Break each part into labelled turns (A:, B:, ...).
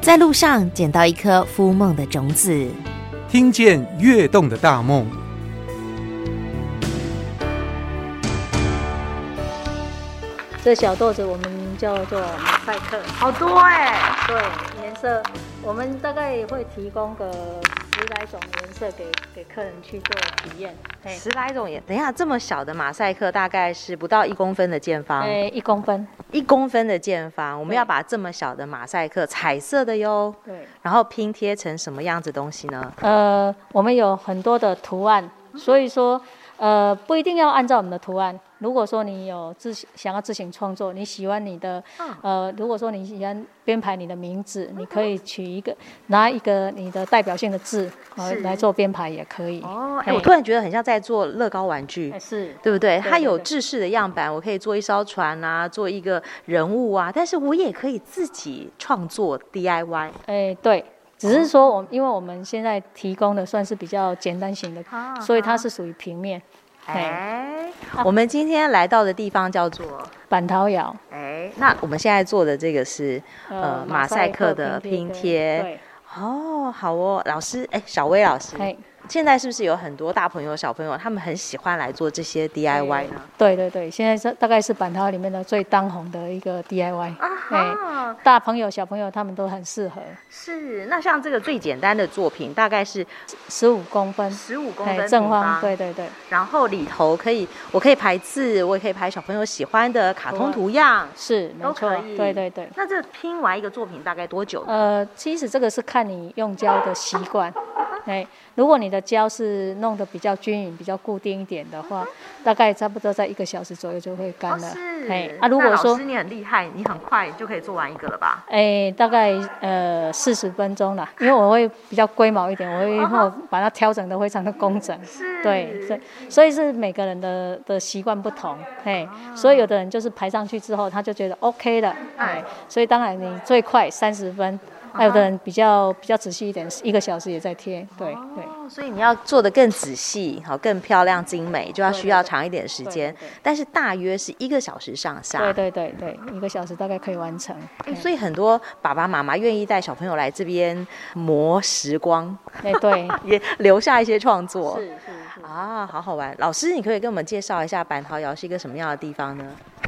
A: 在路上捡到一颗孵梦的种子。
B: 听见跃动的大梦。
C: 这小豆子我们叫做马赛克，
D: 好多哎、
C: 对，颜色我们大概会提供个十来种颜色给给客人去做体验。哎、
D: 十来种颜。等一下，这么小的马赛克大概是不到一公分的见方，
C: 哎，一公分，
D: 一公分的见方，我们
C: 对
D: 要把这么小的马赛克彩色的哟，
C: 对，
D: 然后拼贴成什么样子东西呢？
C: 呃，我们有很多的图案，所以说，呃，不一定要按照我们的图案。如果说你有自想要自行创作，你喜欢你的，呃，如果说你喜欢编排你的名字，你可以取一个拿一个你的代表性的字，呃
D: 是
C: 来做编排也可以。
D: 哦，哎、
C: 嘿
D: 我突然觉得很像在做乐高玩具
C: 哎，是
D: 对不对？
C: 对
D: 它有
C: 对
D: 制式的样板，我可以做一艘船啊，做一个人物啊，但是我也可以自己创作 DIY。
C: 哎，对，只是说我因为我们现在提供的算是比较简单型的，所以它是属于平面。哎，
D: 啊哎，我们今天来到的地方叫做
C: 板桃窑，
D: 哎，那我们现在做的这个是呃马赛克的拼贴。
C: 对，
D: 哦，好哦，老师，哎，小薇老师，
C: 哎，
D: 现在是不是有很多大朋友、小朋友，他们很喜欢来做这些 DIY 呢？
C: 对对对，现在是大概是板桃里面的最当红的一个 DIY，哎，
D: 啊，
C: 大朋友小朋友他们都很适合，
D: 是。那像这个最简单的作品，大概是
C: 十五公分，
D: 十五公分
C: 哎，
D: 平
C: 正
D: 方
C: 方，对对对，
D: 然后里头可以，我可以排字，我也可以排小朋友喜欢的卡通图样。
C: 是
D: 都
C: 没错
D: 可以，
C: 对对对。
D: 那这拼完一个作品大概多久呢？
C: 呃，其实这个是看你用胶的习惯。哎，如果你的胶是弄得比较均匀、比较固定一点的话，大概差不多在一个小时左右就会
D: 哦
C: 干了。哎，啊，如
D: 那
C: 果
D: 老
C: 说
D: 师你很厉害，你很快就可以做完一个了吧？
C: 哎，大概呃四十分钟啦，因为我会比较龟毛一点，我会后把它调整的非常的工整。
D: 哦是
C: 对，所以所以是每个人的的习惯不同，嘿，
D: 哦
C: 所以有的人就是排上去之后，他就觉得 OK 了，
D: 嗯
C: 哎，所以当然你最快三十分，还有的人比较比较仔细一点，一个小时也在贴，对对。
D: 哦，所以你要做的更仔细，好，更漂亮精美，就要需要长一点时间
C: 对对对，
D: 但是啊大约是一个小时上下。
C: 对对对对，一个小时大概可以完成。
D: 哎所以很多爸爸妈妈愿意带小朋友来这边磨时光，
C: 哎，对，
D: 也留下一些创作。
C: 是是。
D: 啊，好好玩！老师，你可以跟我们介绍一下板桃窑是一个什么样的地方呢？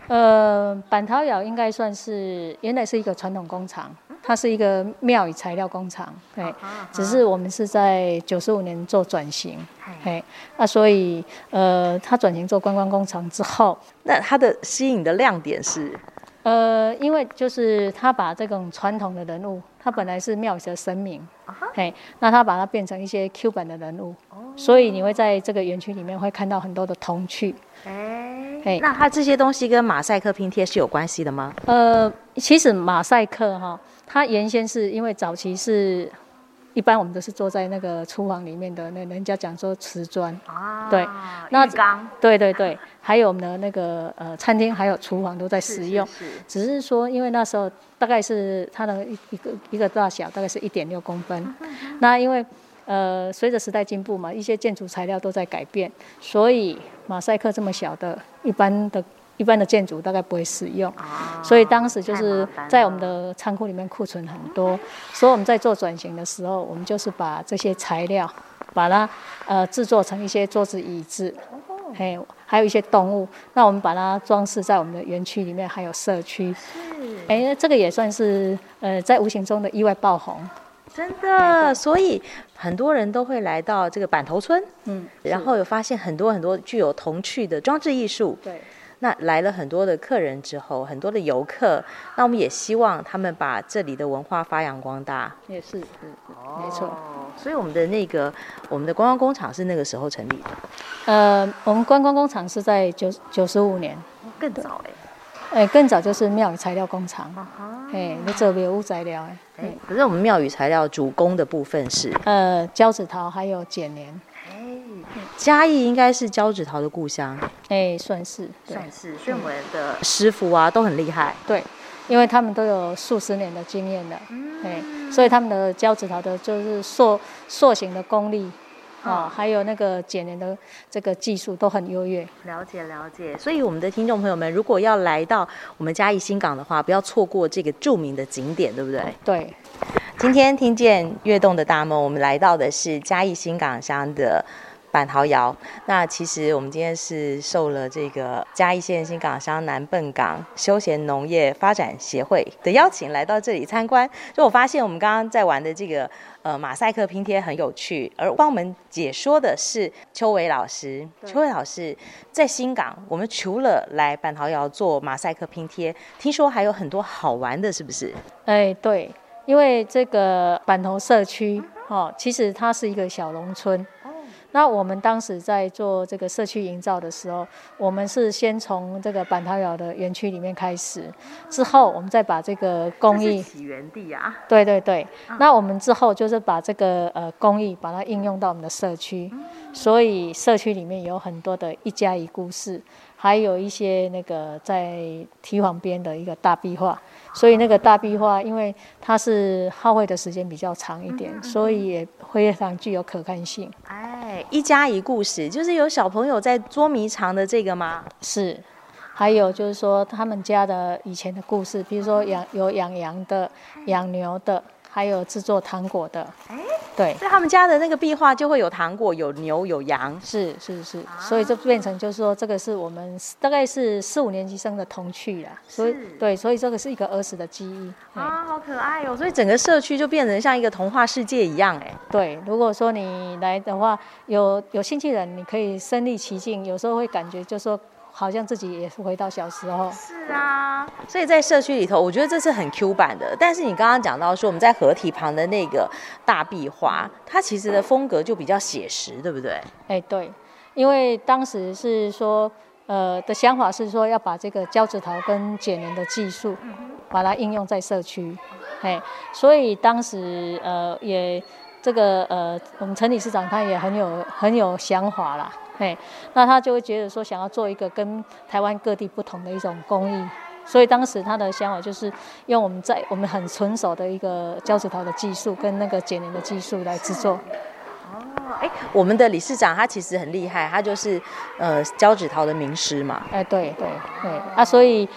C: 呃，板桃窑应该算是原来是一个传统工厂，它是一个庙宇材料工厂，对，只是我们是在九十五年做转型，哎，那所以呃，它转型做观光工厂之后，
D: 那它的吸引的亮点是
C: 呃，因为就是他把这种传统的人物，他本来是庙宇的神明，嘿，那他把它变成一些 Q 版的人物，所以你会在这个园区里面会看到很多的童趣，哎
D: 那它这些东西跟马赛克拼贴是有关系的吗？
C: 呃，其实马赛克哈，它原先是因为早期是，一般我们都是坐在那个厨房里面的，那人家讲说瓷砖，
D: 啊
C: 对，那
D: 缸
C: 对对对，还有我们的那个呃餐厅还有厨房都在使用，
D: 是
C: 只是说因为那时候大概是它的一一个一个大小大概是一点六公
D: 嗯
C: 分，那因为。呃，随着时代进步嘛，一些建筑材料都在改变，所以马赛克这么小的，一般的、一般的建筑大概不会使用。
D: 啊
C: 所以当时就
D: 太麻
C: 是
D: 烦了
C: 在我们的仓库里面库存很多，所以我们在做转型的时候，我们就是把这些材料，把它呃制作成一些桌子、椅子，
D: 哦
C: 嘿，还有一些动物，那我们把它装饰在我们的园区里面，还有社区，哎、这个也算是呃在无形中的意外爆红，
D: 真的，所以很多人都会来到这个板头村，
C: 嗯，
D: 然后有发现很多很多具有童趣的装置艺术。
C: 对。
D: 那来了很多的客人之后，很多的游客，那我们也希望他们把这里的文化发扬光大。
C: 也是，嗯没
D: 哦
C: 错。
D: 所以我们的那个我们的观光工厂是那个时候成立的，
C: 呃，我们观光工厂是在九九十五年，
D: 更早啊哎、
C: 哎、更早就是庙宇材料工厂，哎、你这边有材料哎，
D: 哎、可是我们庙宇材料主攻的部分是
C: 呃，胶纸桃还有剪黏，
D: 嘉义，应该是胶纸桃的故乡，
C: 哎、算是对
D: 是。所以我们的师傅啊都很厉害，
C: 对，因为他们都有数十年的经验了，
D: 嗯
C: 哎、所以他们的胶纸桃的就是塑塑形的功力啊、还有那个剪黏的这个技术都很优越。
D: 了解了解。所以我们的听众朋友们，如果要来到我们嘉义新港的话，不要错过这个著名的景点，对不对？
C: 对，
D: 今天听见跃动的大梦，我们来到的是嘉义新港乡的板桃窑。那其实我们今天是受了这个嘉义县新港乡南笨港休闲农业发展协会的邀请，来到这里参观。就我发现我们刚刚在玩的这个呃马赛克拼贴很有趣，而帮我们解说的是邱伟老师。邱伟老师在新港，我们除了来板桃窑做马赛克拼贴，听说还有很多好玩的，是不是？
C: 哎，对，因为这个板头社区，哦，其实它是一个小农村。
D: 哦
C: 那我们当时在做这个社区营造的时候，我们是先从这个板桃窑的园区里面开始，之后我们再把这个工艺，
D: 起源地啊。
C: 对对对，那我们之后就是把这个呃工艺把它应用到我们的社区，
D: 嗯
C: 所以社区里面有很多的一家一故事，还有一些那个在堤防边的一个大壁画，所以那个大壁画因为它是耗费的时间比较长一
D: 嗯
C: 点，所以也非常具有可看性。
D: 哎，一加一故事就是有小朋友在捉迷藏的这个吗？
C: 是，还有就是说他们家的以前的故事，比如说养有养羊的、
D: 哎
C: 养牛的，还有制作糖果的。对，
D: 所以他们家的那个壁画就会有糖果、有牛、有羊。
C: 是是是，
D: 啊
C: 所以就变成就是说这个是我们大概是四五年级生的童趣啦。所以
D: 是
C: 对，所以这个是一个儿时的记忆。哎
D: 啊，好可爱哦！所以整个社区就变成像一个童话世界一样，哎，
C: 对，如果说你来的话，有有兴趣的人，你可以身临其境，有时候会感觉就是说好像自己也是回到小时候。
D: 是啊。所以在社区里头，我觉得这是很 Q 版的。但是你刚刚讲到说，我们在河体旁的那个大壁画，它其实的风格就比较写实，对不对？
C: 哎、对，因为当时是说，呃，的想法是说要把这个胶质陶跟剪人的技术，把它应用在社区，哎，所以当时呃也这个呃，我们陈理事长他也很有很有想法啦，哎，那他就会觉得说想要做一个跟台湾各地不同的一种工艺。所以当时他的想法就是用我们在我们很纯熟的一个胶质陶的技术跟那个剪人的技术来制作。
D: 哎，我们的理事长他其实很厉害，他就是呃胶纸陶的名师嘛。
C: 哎，对对对啊，所以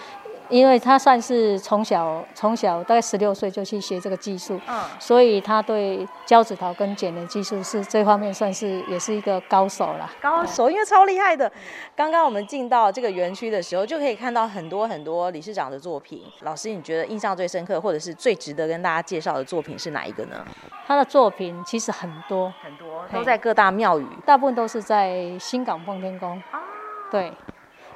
C: 因为他算是从小从小大概十六岁就去学这个技术，
D: 嗯，
C: 所以他对胶纸陶跟剪的技术是这方面算是也是一个高手啦。
D: 高手，
C: 嗯
D: 因为超厉害的。刚刚我们进到这个园区的时候，就可以看到很多很多理事长的作品。老师，你觉得印象最深刻，或者是最值得跟大家介绍的作品是哪一个呢？
C: 他的作品其实很多，
D: 很多
C: 嘿
D: 都在各大庙宇。
C: 大部分都是在新港奉天宫。
D: 啊
C: 对，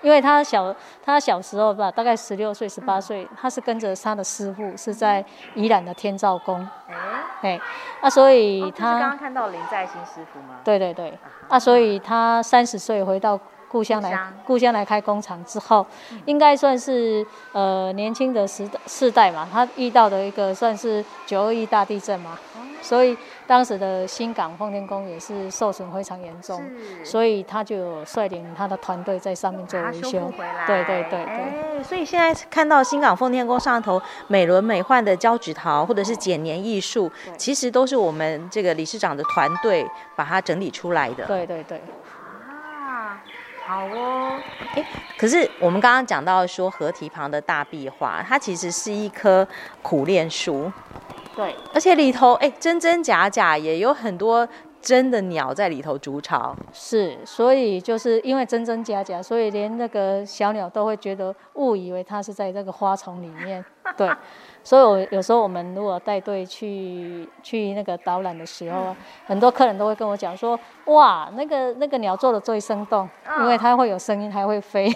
C: 因为他小他小时候吧，大概十六岁、十八岁，
D: 嗯
C: 他是跟着他的师傅是在宜兰的天照宫。哎，啊，所
D: 哦
C: 以他、
D: 看到林在新师傅吗？
C: 对对对，啊，所以他三十岁回到故乡来
D: 故乡，
C: 故乡来开工厂之后，应该算是呃年轻的时代世代嘛，他遇到的一个算是九二一大地震嘛，所以当时的新港奉天宫也是受损非常严重，所以他就有率领他的团队在上面做维修。对对对对，
D: 哎，所以现在看到新港奉天宫上头美轮美奂的胶纸陶，或者是剪黏艺术，其实都是我们这个理事长的团队把它整理出来的。
C: 对对对，
D: 好哦，哎，可是我们刚刚讲到说河堤旁的大壁画，它其实是一棵苦楝树，
C: 对，
D: 而且里头哎真真假假也有很多真的鸟在里头筑巢。
C: 是，所以就是因为真真假假，所以连那个小鸟都会觉得误以为它是在这个花丛里面。对，所以我有时候我们如果带队去去那个导览的时候啊，很多客人都会跟我讲说，哇，那个那个鸟做的最生动，因为它会有声音，还会飞。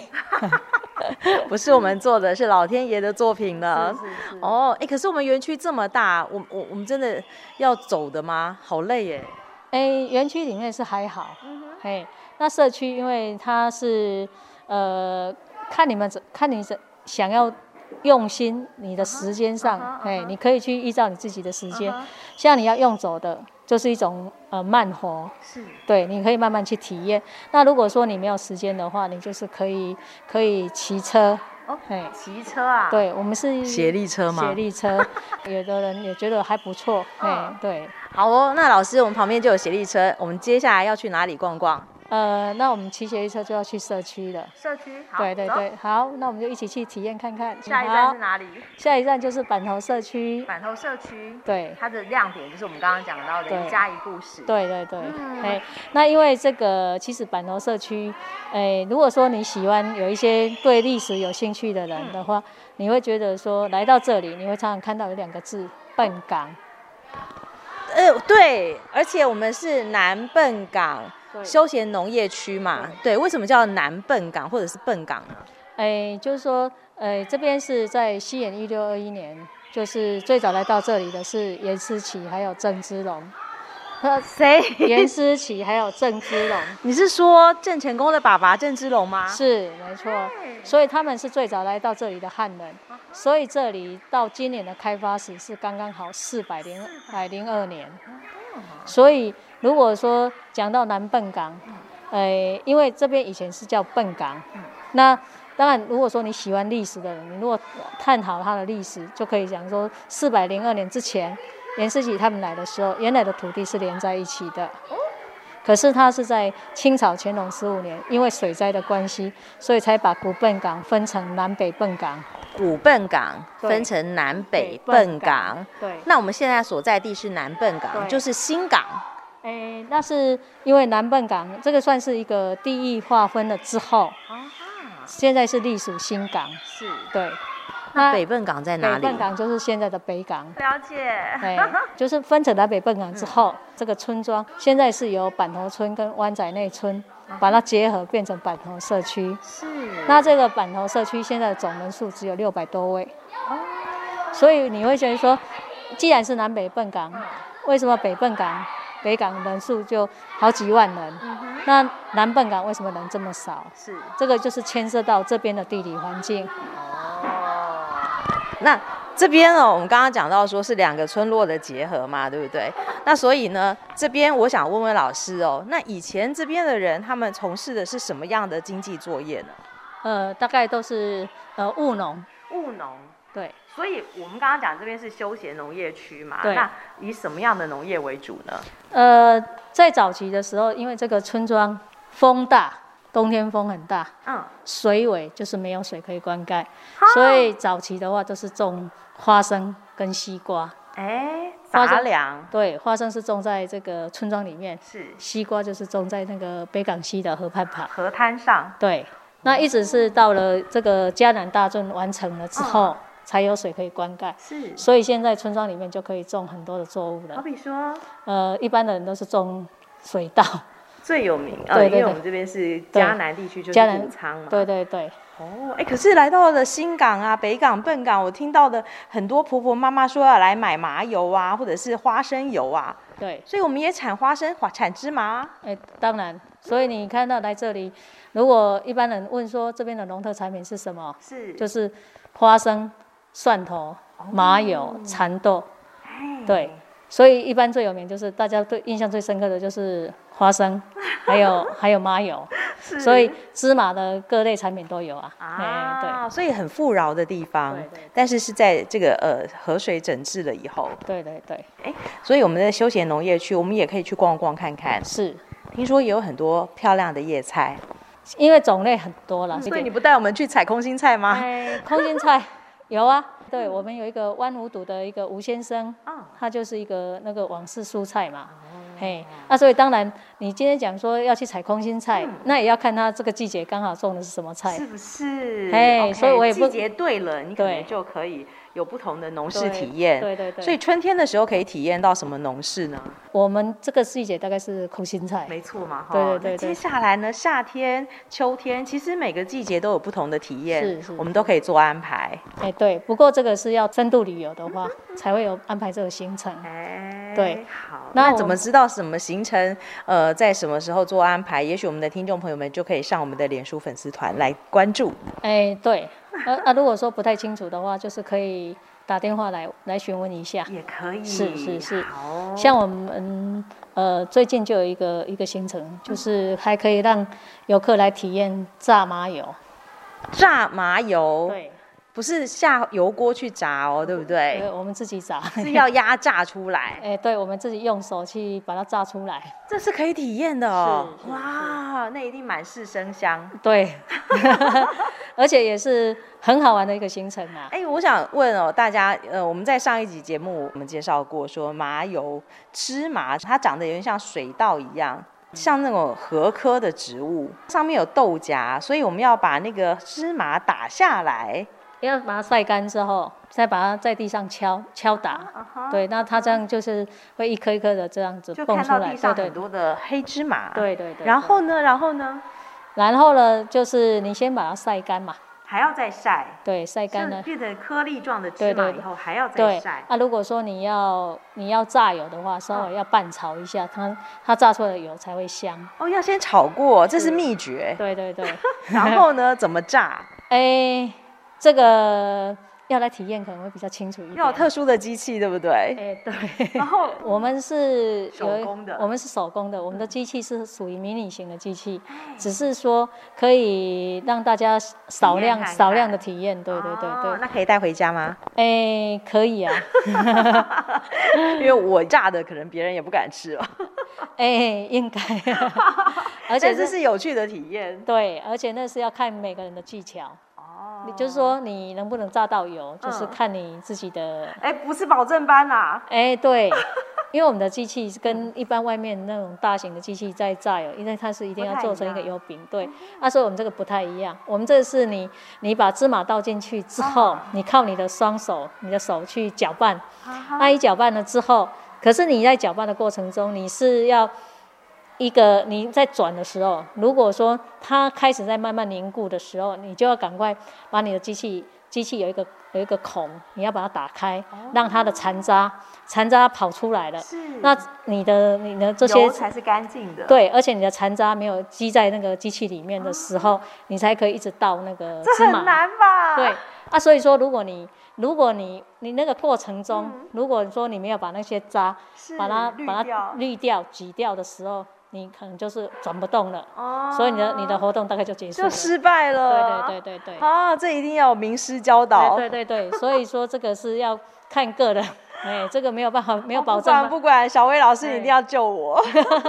D: 不是我们做的，是老天爷的作品呢。哦，哎，可是我们园区这么大，我我我们真的要走的吗？好累耶。
C: 哎、园区里面是还好，
D: 嗯
C: 嘿，那社区因为它是呃，看你们怎看你怎想要用心你的时间
D: 嗯
C: 上，哎、你可以去依照你自己的时间像你要用走的，就是一种呃慢活，
D: 是
C: 对，你可以慢慢去体验。那如果说你没有时间的话，你就是可以可以骑车，
D: 哦
C: 嘿，
D: 骑车啊，
C: 对我们是
D: 协力车吗？
C: 协力车， 有的人也觉得还不错，哎、
D: 嗯
C: 对。
D: 好哦，那老师，我们旁边就有协力车，我们接下来要去哪里逛逛？
C: 呃，那我们骑斜一车就要去社区了。
D: 社区好，
C: 对对
D: 走，
C: 对，好，那我们就一起去体验看看。
D: 下一站
C: 好
D: 是哪里？
C: 下一站就是板头社区。
D: 板头社区。
C: 对
D: 它的亮点就是我们刚刚讲到的
C: 对
D: 一家一故事。，
C: 对对对，
D: 嗯
C: 哎、那因为这个其实板头社区，哎，如果说你喜欢有一些对历史有兴趣的人的话，
D: 嗯
C: 你会觉得说来到这里，你会常常看到有两个字“笨港
D: 呃，对，而且我们是南笨港”。休闲农业区嘛，对，为什么叫南笨港或者是笨港呢？
C: 哎，就是说，哎，这边是在西元一六二一年，就是最早来到这里的是严思琪还有郑芝龙，
D: 谁？
C: 严思琪还有郑芝龙。
D: 你是说郑成功的爸爸郑芝龙吗？
C: 是没错，所以他们是最早来到这里的汉人，所以这里到今年的开发史是刚刚好四百零百哦零二年。所以如果说讲到南笨港，呃，因为这边以前是叫笨港，那当然如果说你喜欢历史的人，你如果探讨它的历史，就可以讲说四百零二年之前，袁世奇他们来的时候，原来的土地是连在一起的。可是它是在清朝乾隆十五年，因为水灾的关系，所以才把古笨港分成南北笨港。
D: 古笨港
C: 对
D: 分成南北
C: 北
D: 笨
C: 笨港
D: 港。
C: 对
D: 那我们现在所在地是南笨港，
C: 对
D: 就是新港。
C: 诶、那是因为南笨港这个算是一个地域划分了之后，
D: 啊
C: 现在是隶属新港。
D: 是。
C: 对，
D: 那
C: 那
D: 北笨港在哪
C: 北
D: 里？
C: 笨港就是现在的北港。
D: 了解。
C: 对， 就是分成南北笨港之后，
D: 嗯
C: 这个村庄现在是由板头村跟湾仔内村
D: 嗯
C: 把它结合，变成板头社区。
D: 是。
C: 那这个板头社区现在的总人数只有六百多位，所以你会觉得说，既然是南北笨港，为什么北笨港、北港人数就好几万人？那南笨港为什么人这么少？
D: 是。
C: 这个就是牵涉到这边的地理环境。
D: 那这边哦，我们刚刚讲到说是两个村落的结合嘛，对不对？那所以呢，这边我想问问老师哦，那以前这边的人他们从事的是什么样的经济作业呢？
C: 呃，大概都是呃务农，
D: 务农。
C: 对，
D: 所以我们刚刚讲这边是休闲农业区嘛，
C: 对那
D: 以什么样的农业为主呢？
C: 呃，在早期的时候，因为这个村庄风大，冬天风很大，
D: 嗯，
C: 水尾就是没有水可以灌溉，所以早期的话都是种花生跟西瓜。
D: 哎，
C: 花生
D: 杂粮
C: 对，花生是种在这个村庄里面，
D: 是
C: 西瓜就是种在那个北港西的河畔旁。
D: 河滩上，
C: 对，那一直是到了这个嘉南大圳完成了之后，才有水可以灌溉。
D: 是
C: 所以现在村庄里面就可以种很多的作物
D: 好
C: 了。
D: 比说
C: 呃，一般的人都是种水稻，
D: 最有名，呃，
C: 对对
D: 因为
C: 对
D: 我们这边是嘉南地区，就是
C: 嘉南
D: 谷仓嘛，
C: 对对对，
D: 哦，哎，可是来到了新港啊、北港、笨港，我听到的很多婆婆妈妈说要来买麻油啊，或者是花生油啊，
C: 对，
D: 所以我们也产花生、花产芝麻。
C: 哎，当然，所以你看到来这里，如果一般人问说这边的农特产品是什么，
D: 是
C: 就是花生、蒜头、麻油、蚕豆，对，所以一般最有名就是大家对印象最深刻的就是花生，还有还有麻油，所以芝麻的各类产品都有啊，哎，
D: 啊，所以很富饶的地方
C: 对对对，
D: 但是是在这个呃河水整治了以后，
C: 对，对对对，
D: 所以我们的休闲农业区，我们也可以去逛逛看看。
C: 是
D: 听说也有很多漂亮的叶菜，
C: 因为种类很多了，
D: 所以你不带我们去采空心菜吗？
C: 哎，空心菜有啊，对我们有一个湾五堵的一个吴先生，
D: 啊
C: 他就是一个那个网式蔬菜嘛。嘿，那、所以当然，你今天讲说要去采空心菜，那也要看他这个季节刚好种的嗯是什么菜。
D: 不是
C: 哎 OK，所以我也不
D: 节对了，你
C: 可能对
D: 就可以有不同的农
C: 对对对对，
D: 所以春天的时候可以体验到什么农事呢？
C: 我们这个季节大概是空心菜。
D: 没错嘛，哈。
C: 对对对对
D: 那接下来呢，夏天、秋天，其实每个季节都有不同的体验，
C: 是是
D: 我们都可以做安排。
C: 哎，对，不过这个是要深度旅游的 话，才会有安排这个行程。
D: 哎
C: 对，
D: 好。
C: 那
D: 那
C: 我
D: 怎么知道什么行程？呃，在什么时候做安排？也许我们的听众朋友们就可以上我们的脸书粉丝团来关注。
C: 哎，对，呃啊，如果说不太清楚的话，就是可以打电话来来询问一下。
D: 也可以
C: 是是是
D: 好
C: 像我们呃最近就有一个一个行程，就是还可以让游客来体验炸麻油。
D: 炸麻油，，不是下油锅去炸哦，对不对？
C: 对，我们自己炸。
D: 是要压榨出来，
C: 哎、对，我们自己用手去把它炸出来。
D: 这是可以体验的哦。
C: 是是
D: 哇，那一定满是生香。
C: 对， 而且也是很好玩的一个行程啊。
D: 哎、我想问哦，大家，呃，我们在上一集节目我们介绍过，说麻油芝麻它长得有点像水稻一样，像那种禾科的植物，上面有豆荚，所以我们要把那个芝麻打下来。
C: 要把它晒干之后，再把它在地上敲敲打。对，那它这样就是会一颗一颗的这样子
D: 啊就
C: 蹦
D: 看
C: 出
D: 到
C: 来。
D: 地
C: 对
D: 上
C: 对
D: 很多的黑芝麻。
C: 对对对。
D: 然后呢，然后呢，
C: 然后呢，就是你先把它晒干嘛。
D: 还要再晒，
C: 对，晒干了。
D: 变成颗粒状的芝
C: 对
D: 麻
C: 对
D: 以后还要再
C: 对，
D: 晒。嗯
C: 啊，如果说你要你要榨油的话，稍微要拌炒一下，它它榨出来的油才会香。
D: 哦，要先炒过，这是秘诀。
C: 对对对，
D: 然后呢，怎么炸？
C: 哎，这个要来体验可能会比较清楚一点。
D: 要有特殊的机器，对不对？
C: 哎，对，
D: 然后
C: 我们是
D: 手
C: 有一
D: 工的嗯
C: 我们是手工的，我们的机器是属于迷你型的机器，只是说可以让大家少
D: 哎验
C: 量
D: 看看
C: 少量的体验，对对对
D: 哦
C: 对，
D: 那可以带回家吗？
C: 哎、可以啊，
D: 因为我炸的可能别人也不敢吃哦了，
C: 哎、应 该，而且
D: 但
C: 这
D: 这
C: 是
D: 是有趣的体验。
C: 对，而且那是要看每个人的技巧，
D: 哦
C: 你就是，说你能不能炸到油，就是
D: 嗯
C: 看你自己的，
D: 哎，不是保证啊班啦，
C: 哎、 对。因为我们的机器跟一般外面那种大型的机器在炸油，因为它是一定
D: 不
C: 要
D: 太
C: 做
D: 一
C: 成一个
D: 样
C: 油饼，对。啊，所以我们这个不太一样，我们这是你你把芝麻倒进去之后
D: 啊，
C: 你靠你的双手、你的手去搅拌，那一搅拌了之后，可是你在搅拌的过程中，你是要一个你在转的时候，如果说它开始在慢慢凝固的时候，你就要赶快把你的机器机器有一个有一个孔，你要把它打开，让它的残渣残渣跑出来了。
D: 是
C: 那你的你的这
D: 这
C: 些
D: 些才是干净的。，
C: 对，而且你的残渣没有积在那个机器里面的时候，你才可以一直倒那个
D: 这
C: 芝
D: 很
C: 麻。
D: 难吧？
C: 对，啊，所以说如果你如果你你那个过程中，
D: 嗯
C: 如果说你没有把那些渣
D: 是
C: 把它
D: 滤
C: 把它
D: 掉
C: 滤掉、挤掉的时候，你可能就是转不动了，
D: 哦
C: 所以你的你的活动大概就结束
D: 就
C: 了。
D: 失败了。
C: 对对对对对，
D: 啊，这一定要有名师教导。
C: 对对对对，所以说这个是要看个人， 哎，这个没有办法，没有
D: 哦
C: 保
D: 不管
C: 障
D: 不
C: 嘛，
D: 管，小薇老师你一定
C: 对
D: 要救我。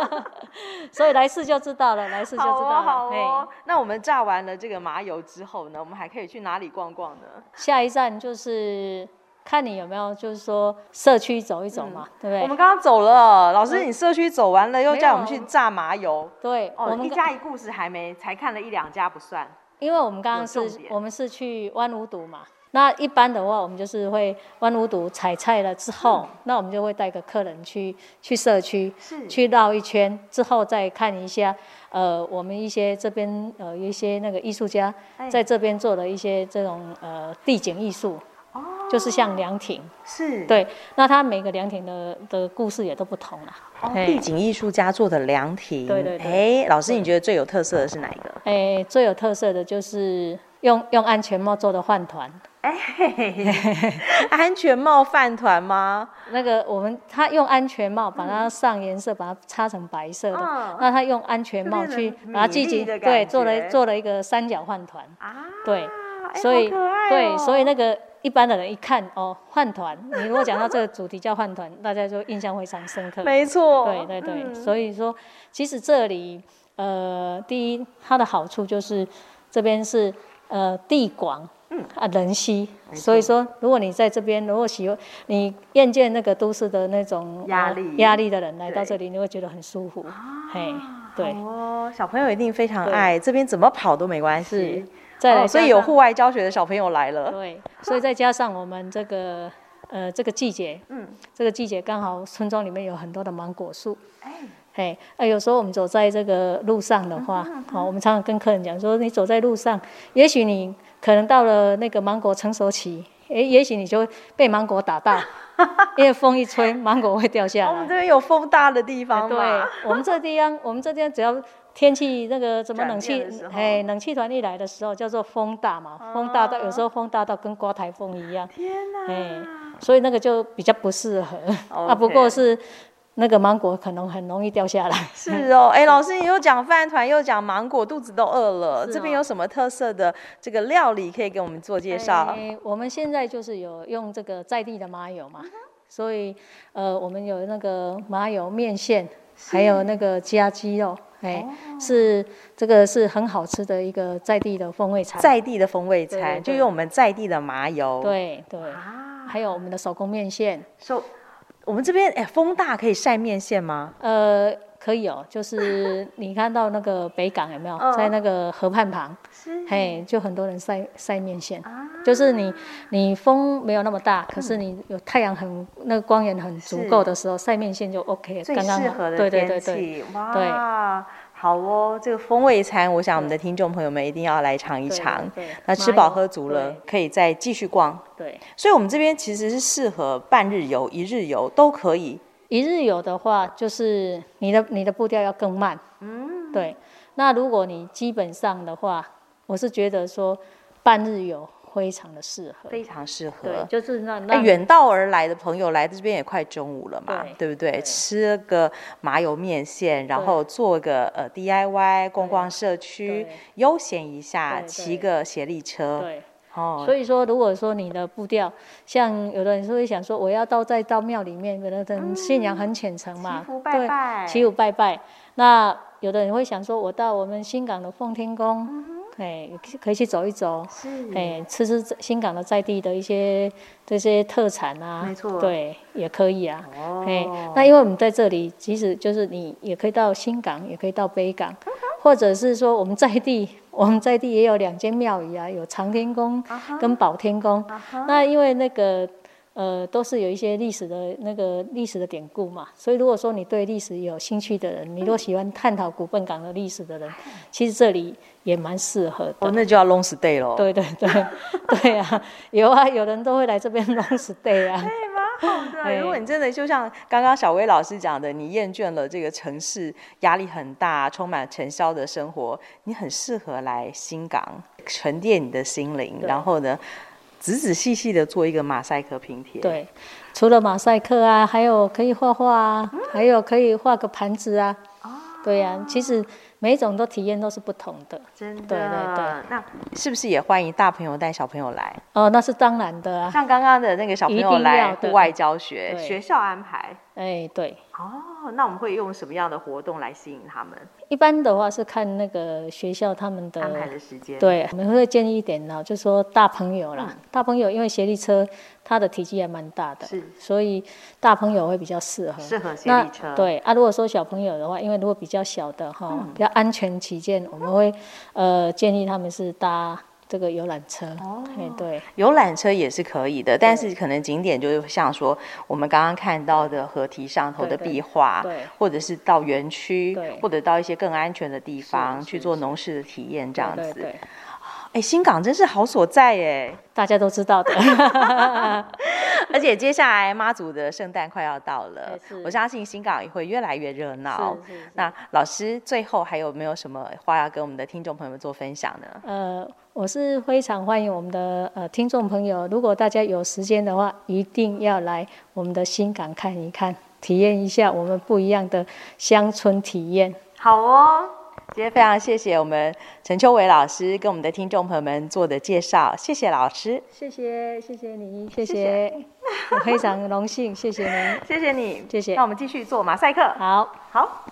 C: 所以来试就知道了，来试就知
D: 好哦，
C: 道
D: 好
C: 了，哎
D: 哦。。那我们炸完了这个麻油之后呢，我们还可以去哪里逛逛呢？
C: 下一站就是看你有没有，就是说社区走一走嘛，对不对？
D: 嗯我们刚刚走了，呃老师，你社区走完了，又
C: 没
D: 叫
C: 有
D: 我们去榨麻油。
C: 对，
D: 哦
C: 我，们
D: 一
C: 刚
D: 家一故事还没，才看了一两家不算。
C: 因为我们刚
D: 有
C: 刚
D: 重
C: 是
D: 点
C: 我们是去湾五堵嘛，那一般的话，我们就是会湾五堵采菜了之
D: 嗯
C: 后，那我们就会带个客人去去社区
D: 是
C: 去绕一圈，之后再看一下，呃，我们一些这边呃有一些那个艺术家
D: 哎
C: 在这边做的一些这种呃地景艺术，
D: 哦，
C: 就是像凉亭，
D: 是，
C: 对，那它每个凉亭的的故事也都不同啦。
D: 哦，
C: 嘿
D: 地景艺术家做的凉亭。
C: 对对
D: 哎，老师，你觉得最有特色的是哪一个？
C: 诶、哎最有特色的就是用用安全帽做的饭团，
D: 哎，嘿嘿嘿安全帽饭团吗？
C: 那个我们他用安全帽把它上颜色，把它擦成白色的，
D: 嗯
C: 那他用安全帽
D: 就
C: 去
D: 变成
C: 把它
D: 米
C: 聚
D: 粒
C: 集，
D: 的
C: 对，
D: 感
C: 做
D: 觉
C: 了做了一个三角饭团，
D: 啊，
C: 对，
D: 哎
C: 所以、
D: 好可爱
C: 对，
D: 哦
C: 所以那个一般的人一看哦，饭团，你如果讲到这个主题叫饭团，大家就印象非常深刻。
D: 没错，
C: 对对对，
D: 嗯
C: 所以说，其实这里呃，第一它的好处就是这边是呃地广，嗯啊人稀，所以说如果你在这边，如果喜欢你厌倦那个都市的那种呃
D: 压力
C: 压力的人，来到
D: 对啊
C: 这里你会觉得很舒服，嘿，对，
D: 哦，小朋友一定非常
C: 对
D: 爱，这边怎么跑都没关系
C: 是。再
D: 哦
C: 来
D: 所以
C: 加
D: 有
C: 上
D: 户外教学的小朋友来了。
C: 对，所以再加上我们这个呃这个季节，
D: 嗯，
C: 这个季节刚好村庄里面有很多的芒果树，
D: 哎，
C: 嘿，啊，有时候我们走在这个路上的
D: 嗯
C: 话，好、我们常常跟客人讲说，你走在路上，也许你可能到了那个芒果成熟期，诶，也许你就会被芒果打 到，因为风一吹，芒果会掉下
D: 哦我们这
C: 来。
D: 边有风大的地方嘛，
C: 对，我们这地方，我们这地方只要天气那个怎么
D: 转
C: 冷
D: 变
C: 气
D: 的时，候哦
C: 哎，冷气团一来的时候，叫做风大嘛，风大到有时候风大到跟刮台风一样，
D: 天哪！
C: 哎，所以那个就比较不适合。啊，不
D: OK
C: 过是那个芒果可能很容易掉下 来。
D: 是哦，哎，老师，你又讲饭团，又讲芒果，肚子都饿了。
C: 是
D: 这边
C: 哦
D: 有什么特色的这个料理可以给我们做介绍？
C: 哎我们现在就是有用这个在地的麻油
D: 嗯
C: 嘛，所以呃，我们有那个麻油面线，还有那个加鸡肉，哎、
D: 哦
C: 是这个是很好吃的一个在地的风味菜。
D: 在地的风味餐，
C: 啊对对
D: 就
C: 对
D: 用我们在地的麻油。，
C: 对哎对，
D: 啊
C: 还有我们的手工面线，
D: so, 我们这边哎，风大可以晒面线吗？
C: 呃，可以 哦，就是你看到那个北港有没有，
D: 嗯
C: 在那个河畔旁，嘿，就很多人晒晒面线，
D: 啊
C: 就是你你风没有那么大，
D: 嗯
C: 可是你有太阳很那个光源很足够的时候，晒面线就 OK 了，
D: 最
C: 刚刚
D: 适
C: 好
D: 合的
C: 对对
D: 天
C: 对对，
D: 气，哇，好哦，这个风味餐，我想我们的听众朋友们一定要来尝一
C: 对
D: 尝。
C: 对
D: 那吃饱
C: 麻油
D: 喝足了，可以再继续逛。
C: 对对
D: 所以，我们这边其实是适合半日游、一日游都可以。
C: 一日游的话，就是你的你的步调要更慢。嗯，对。那如果你基本上的话，我是觉得说半日游非常的适合。
D: 非常适合。
C: 对，哎就是那
D: 那
C: 那
D: 哎远道而来的朋友来这边也快中午了嘛，
C: 对
D: 对不对？
C: 对
D: 吃个麻油面线，然后做个呃 DIY，逛逛社区
C: 对，
D: 悠闲一下，
C: 对对
D: 骑个斜力车。
C: 对。
D: 哦
C: 所，以说，如果说你的步调，像有的人是会想说，我要到再到庙里面，有的人信仰很虔诚嘛，
D: 祈福拜拜
C: 对，嗯祈福拜拜。那有的人会想说，我到我们新港的奉天宫，哎、可以去走一走，
D: 嗯
C: 哎、吃吃新港的在地的一些这些特产啊，
D: 没错
C: 对，也可以啊。
D: 哦
C: 哎，那因为我们在这里，其实就是你也可以到新港，也可以到北港，或者是说我们在地， 我们在地也有两间庙宇啊，有长天宫跟保天宫。
D: 啊
C: 那因为那个呃，都是有一些历史的那个历史的典故嘛，所以如果说你对历史有兴趣的人，你如果喜欢探讨古笨港的历史的人，其实这里也蛮适合的
D: 哦，。那就要 long stay 喽。
C: 对 对对，对啊，有啊，有人都会来这边 long stay 啊。哎
D: 对，如果你真哎的就像刚刚小薇老师讲的，你厌倦了这个城市压力很大、充满尘嚣的生活，你很适合来新港沉淀你的心灵，
C: 对
D: 然后呢，仔仔细细的做一个马赛克拼贴。，
C: 对，除了马赛克啊，还有可以画画啊，
D: 嗯
C: 还有可以画个盘子啊。
D: 哦
C: 对呀、其实每一种都体验都是不同的。
D: 真的
C: 对对对。
D: 那是不是也欢迎大朋友带小朋友来？
C: 哦，那是当然的啊。
D: 像刚刚的那个小朋
C: 一
D: 友
C: 定要
D: 来
C: 的
D: 户外教学，
C: 对
D: 学校安排。
C: 哎，对，
D: 哦，那我们会用什么样的活动来吸引他们？
C: 一般的话是看那个学校他们的
D: 安排的时间。
C: 呃对，我们会建议一点呢，就说大朋友
D: 嗯
C: 啦，大朋友因为斜力车它的体积还蛮大的
D: 是，
C: 所以大朋友会比较适合。
D: 适合斜
C: 那
D: 力车
C: 对啊，如果说小朋友的话，因为如果比较小的哈，比较安全起见，我们会呃建议他们是搭这个游览车。哦，对，
D: 游览车也是可以的，但是可能景点就是像说我们刚刚看到的河堤上头的
C: 对对
D: 壁画，
C: 对
D: 或者是到园区
C: 对，
D: 或者到一些更安全的地方
C: 是
D: 去做农事的体验这样
C: 对
D: 子。
C: 对，
D: 哎，新港真是好所在哎！
C: 大家都知 道的。
D: 而且接下来妈祖的圣诞快要到了
C: 哎是，
D: 我相信新港也会越来越热闹。
C: 是是是
D: 那老师最后还有没有什么话要跟我们的听众朋友们做分享呢？
C: 呃，我是非常欢迎我们的呃听众朋友，如果大家有时间的话，一定要来我们的新港看一看，体验一下我们不一样的乡村体验。
D: 好哦，今天非常谢谢我们陈秋伟老师跟我们的听众朋友们做的介绍，谢谢老师，
C: 谢谢，谢谢你，谢
D: 谢
C: 谢，我非常荣幸，谢谢您，
D: 谢谢你，
C: 谢谢
D: 那我们继续做马赛克，
C: 好。
D: 好。